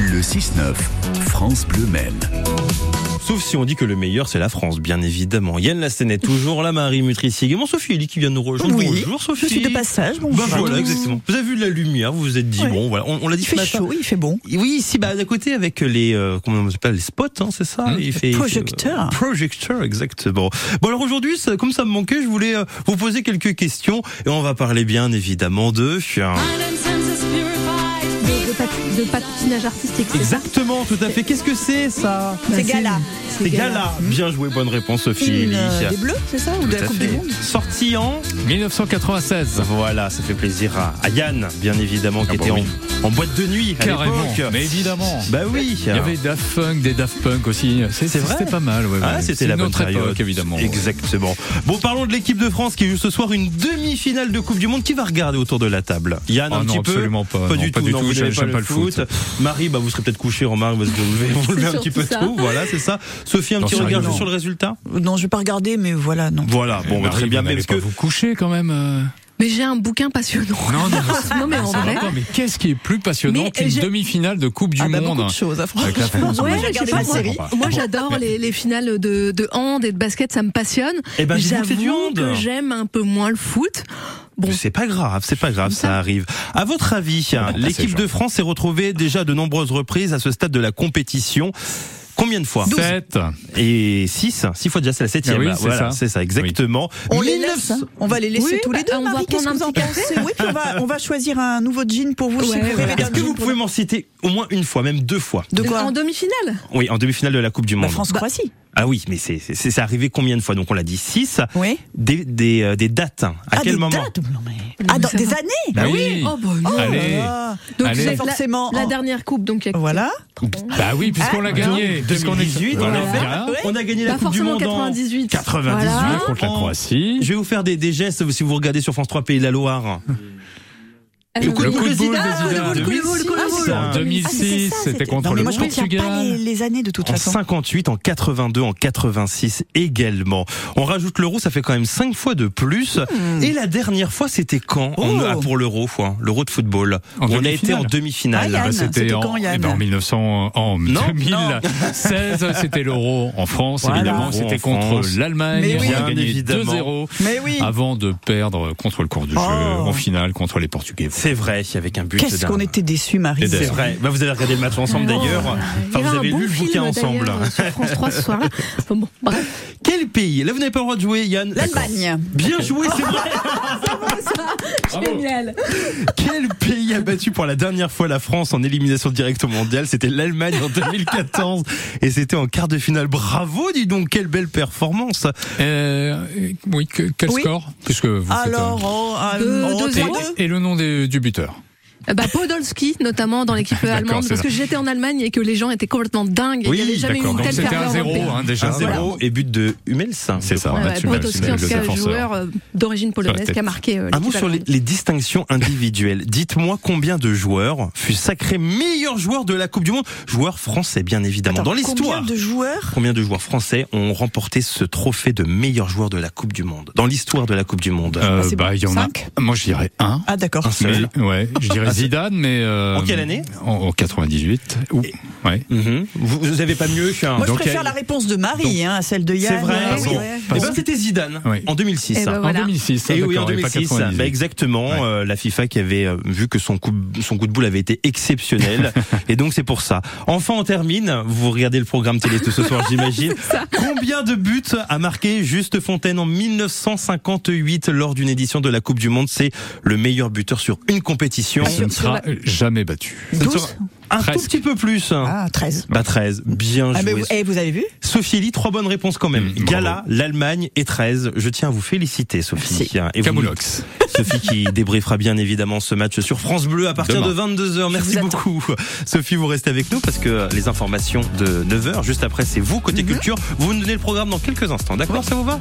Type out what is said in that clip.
Le 6-9, France Bleu Maine. Sauf si on dit que le meilleur, c'est la France, bien évidemment. Yann Lassène est toujours là, Marie Mutrici également. Sophie Elie qui vient de nous rejoindre. Oui. Bonjour Sophie. Je suis de passage, bonjour. Bah voilà, exactement. Vous avez vu de la lumière, vous vous êtes dit, Ouais. bon, voilà, on, on l'a dit Il ce fait matin. chaud, il fait bon. Oui, ici, bah, d'à côté, avec les, euh, comment on appelle, les spots, hein, c'est ça il fait, il fait- Projecteur. projecteur, exactement. Bon, alors aujourd'hui, ça- comme ça me manquait, je voulais euh, vous poser quelques questions et on va parler bien évidemment de... de, de pat- de patinage artistique. c'est ça Exactement, tout à fait. Qu'est-ce que c'est, ça Bah, C'est gala. C'est gala. Bien joué, bonne réponse, Sophie Film, Elie. euh, des Bleus, c'est ça Ou de la Tout à Coupe fait. du Monde Sorti en 1996. Voilà, ça fait plaisir à, à Yann, bien évidemment, qui bah était oui. en, en boîte de nuit à Carrément. l'époque. Mais évidemment. Bah oui. Il y avait Daft Funk, des Daft Punk aussi. C'est C'est vrai C'était pas mal. Ouais, Ah, ouais. c'était euh, C'est la une bonne autre période. époque, évidemment. ouais. Exactement. Bon, parlons de l'équipe de France qui joue ce soir une demi-finale de Coupe du Monde. Qui va regarder autour de la table Yann, Ah un non, petit peu absolument pas. Pas Non, du pas tout, du non, tout, vous j'aime- n'aimez pas, j'aime le, pas le foot. foot. Marie, bah, vous serez peut-être couché en marre, vous vous levez, vous levez un petit peu surtout ça. tôt. Voilà, c'est ça. Sophie, un Non, petit sérieux, regard non. sur le résultat Non, je vais pas regarder, mais voilà, non. Voilà, bon, bah, Marie, très bien. vous Mais n'allez parce pas que vous coucher quand même. euh Mais j'ai un bouquin passionnant. Non, non, Non, mais en Ça va vrai. pas, mais qu'est-ce qui est plus passionnant Ah Mais qu'une j'ai- demi-finale de Coupe du ah, bah, beaucoup Monde de choses, hein, avec la franchement. France Ouais, oui. je sais regardé pas, la moi- série. Moi, j'adore les, les finales de, de hand et de basket, ça me passionne. Eh ben, dis-nous que c'est du J'avoue hand. que j'aime un peu moins le foot. Bon, C'est pas grave, c'est pas grave, Comme ça. ça arrive. À votre avis, hein, l'équipe de France s'est retrouvée déjà de nombreuses reprises à ce stade de la compétition. Combien de fois 7. Et 6 6 fois déjà, c'est la septième. Ah oui, là. c'est voilà, ça. c'est ça, exactement. On les 1900 laisse, hein. on va les laisser Oui, tous les bah, deux. on va Marie, qu'est-ce que prendre vous un en pensez Oui, puis on va, on va choisir un nouveau jean pour vous. si Ouais, vous rêvez voilà. d'un Est-ce que jean vous pour pouvez m'en citer au moins une fois, même deux fois De quoi en demi-finale Oui, en demi-finale de la Coupe du La Monde. Bah, France-Croatie. Ah oui, mais c'est c'est- c'est arrivé combien de fois Donc on l'a dit 6. Oui. Des, des, euh, des dates. hein. À ah, quel des moment dates Non, mais- Ah, dans ça des va. années Bah Oui. Oh, bah non. Oh là Allez. là. Donc, Allez. c'est Forcément, La, en- la dernière coupe, donc il y a- Voilà. Bah oui, puisqu'on l'a gagné. Puisqu'on est- 2018, on Voilà. l'a fait. Voilà. On a gagné la Pas Coupe du forcément Monde en 98. 98. Voilà. Contre la En- Croatie. Je vais vous faire des, des gestes si vous regardez sur France 3 Pays de la Loire. Euh, Le coup de boule de Ah, le coup de boule, le coup de boule. En Ah, c'est 2006, c'était contre Non, mais le moi, je retiens pas les, Portugal. les années de toute En façon. 58, en 82, en 86 également. On rajoute l'euro, ça fait quand même 5 fois de plus. Et la dernière fois, c'était quand on- Oh. ah, Pour l'euro, fois, l'euro de football. En on a été en demi-finale. demi-finale. Ah, Yann, C'était c'était en, quand, Yann eh ben, en 1900, en Non, 2016, c'était l'euro en France, Voilà. évidemment. L'euro en C'était contre France. l'Allemagne. Mais oui. On a Bien gagné évidemment. 2-0 Mais Eh oui. avant de perdre contre le cours du jeu Oh. en finale contre les Portugais. C'est vrai, avec un but. Qu'est-ce d'un- qu'on était déçus, Marie. C'est vrai. Bah, vous avez regardé le match ensemble d'ailleurs. Oh, il y Enfin, a vous un avez bon lu le film, bouquin ensemble. d'ailleurs, Sur France 3 ce soir-là. Enfin, bon, bref. Quel pays Là, vous n'avez pas le droit de jouer, Yann. L'Allemagne. Bien joué, c'est vrai. Génial. Quel pays a battu pour la dernière fois la France en élimination directe au mondial C'était l'Allemagne en 2014 et c'était en quart de finale. Bravo, dis donc, quelle belle performance. Euh, oui, que- quel Oui. score Puisque vous faites, Alors, oh, euh, en- en- Deux- en- deux entre zéro. deux. et le nom des- du buteur. Euh, Bah, Podolski, notamment dans l'équipe D'accord, allemande, c'est parce ça. que j'étais en Allemagne et que les gens étaient complètement dingues. et Oui, Il n'y avait jamais eu d'accord. une Donc telle c'était ferveur. 1-0 européenne. hein, déjà. 1-0 et but de Hummels. C'est ça, Ouais, on a ouais, tué mal, Podolski, c'est en le tout cas, défenseur. joueur euh, d'origine la polonaise tête. qui a marqué. euh, Un mot l'équipe sur les, allemande. les distinctions individuelles. Dites-moi combien de joueurs fut sacré meilleur joueur de la Coupe du Monde Joueur français, bien évidemment. Attends, Dans l'histoire. Combien de joueurs Combien de joueurs français ont remporté ce trophée de meilleur joueur de la Coupe du Monde Dans l'histoire de la Coupe du Monde Euh, Ah, c'est bah, il y en cinq a. Moi, je dirais un. Ah, d'accord. Un seul. Mais, ouais, je dirais Zidane, mais euh, En quelle année En, en 98. Ou- ouais. Mhm. vous, vous avez pas mieux qu'un. Moi, je Donc, préfère elle- la réponse de Marie hein, à celle de Yann. C'est vrai. Ah, bon. oui, Eh ouais. ben, c'était Zidane Oui. en 2006. Eh ben, voilà. En 2006. Et ah, oui, en d'accord, et pas 2006, 98. bah exactement, Ouais. euh, la FIFA qui avait euh, vu que son coup, son coup de boule avait été exceptionnel, et donc c'est pour ça. Enfin, on termine. Vous regardez le programme télé de ce soir, j'imagine. Combien de buts a marqué Juste Fontaine en 1958 lors d'une édition de la Coupe du Monde C'est le meilleur buteur sur une compétition. Ce ne sera jamais battu. Ça 12 sera un tout Presque. petit peu plus. Ah, 13. Bah 13, bien Ah, mais joué. vous, eh, vous avez vu Sophie Elie, trois bonnes réponses quand même. Mm, Gala, l'Allemagne et 13. Je tiens à vous féliciter, Sophie. Et vous- Camoulox. Sophie qui débriefera bien évidemment ce match sur France Bleu à partir Demain. de 22h. Merci vous attends. beaucoup. Sophie, vous restez avec nous parce que Mm-hmm. les informations de 9h, juste après, c'est vous, côté culture. Vous nous donnez le programme dans quelques instants. D'accord, ça vous va?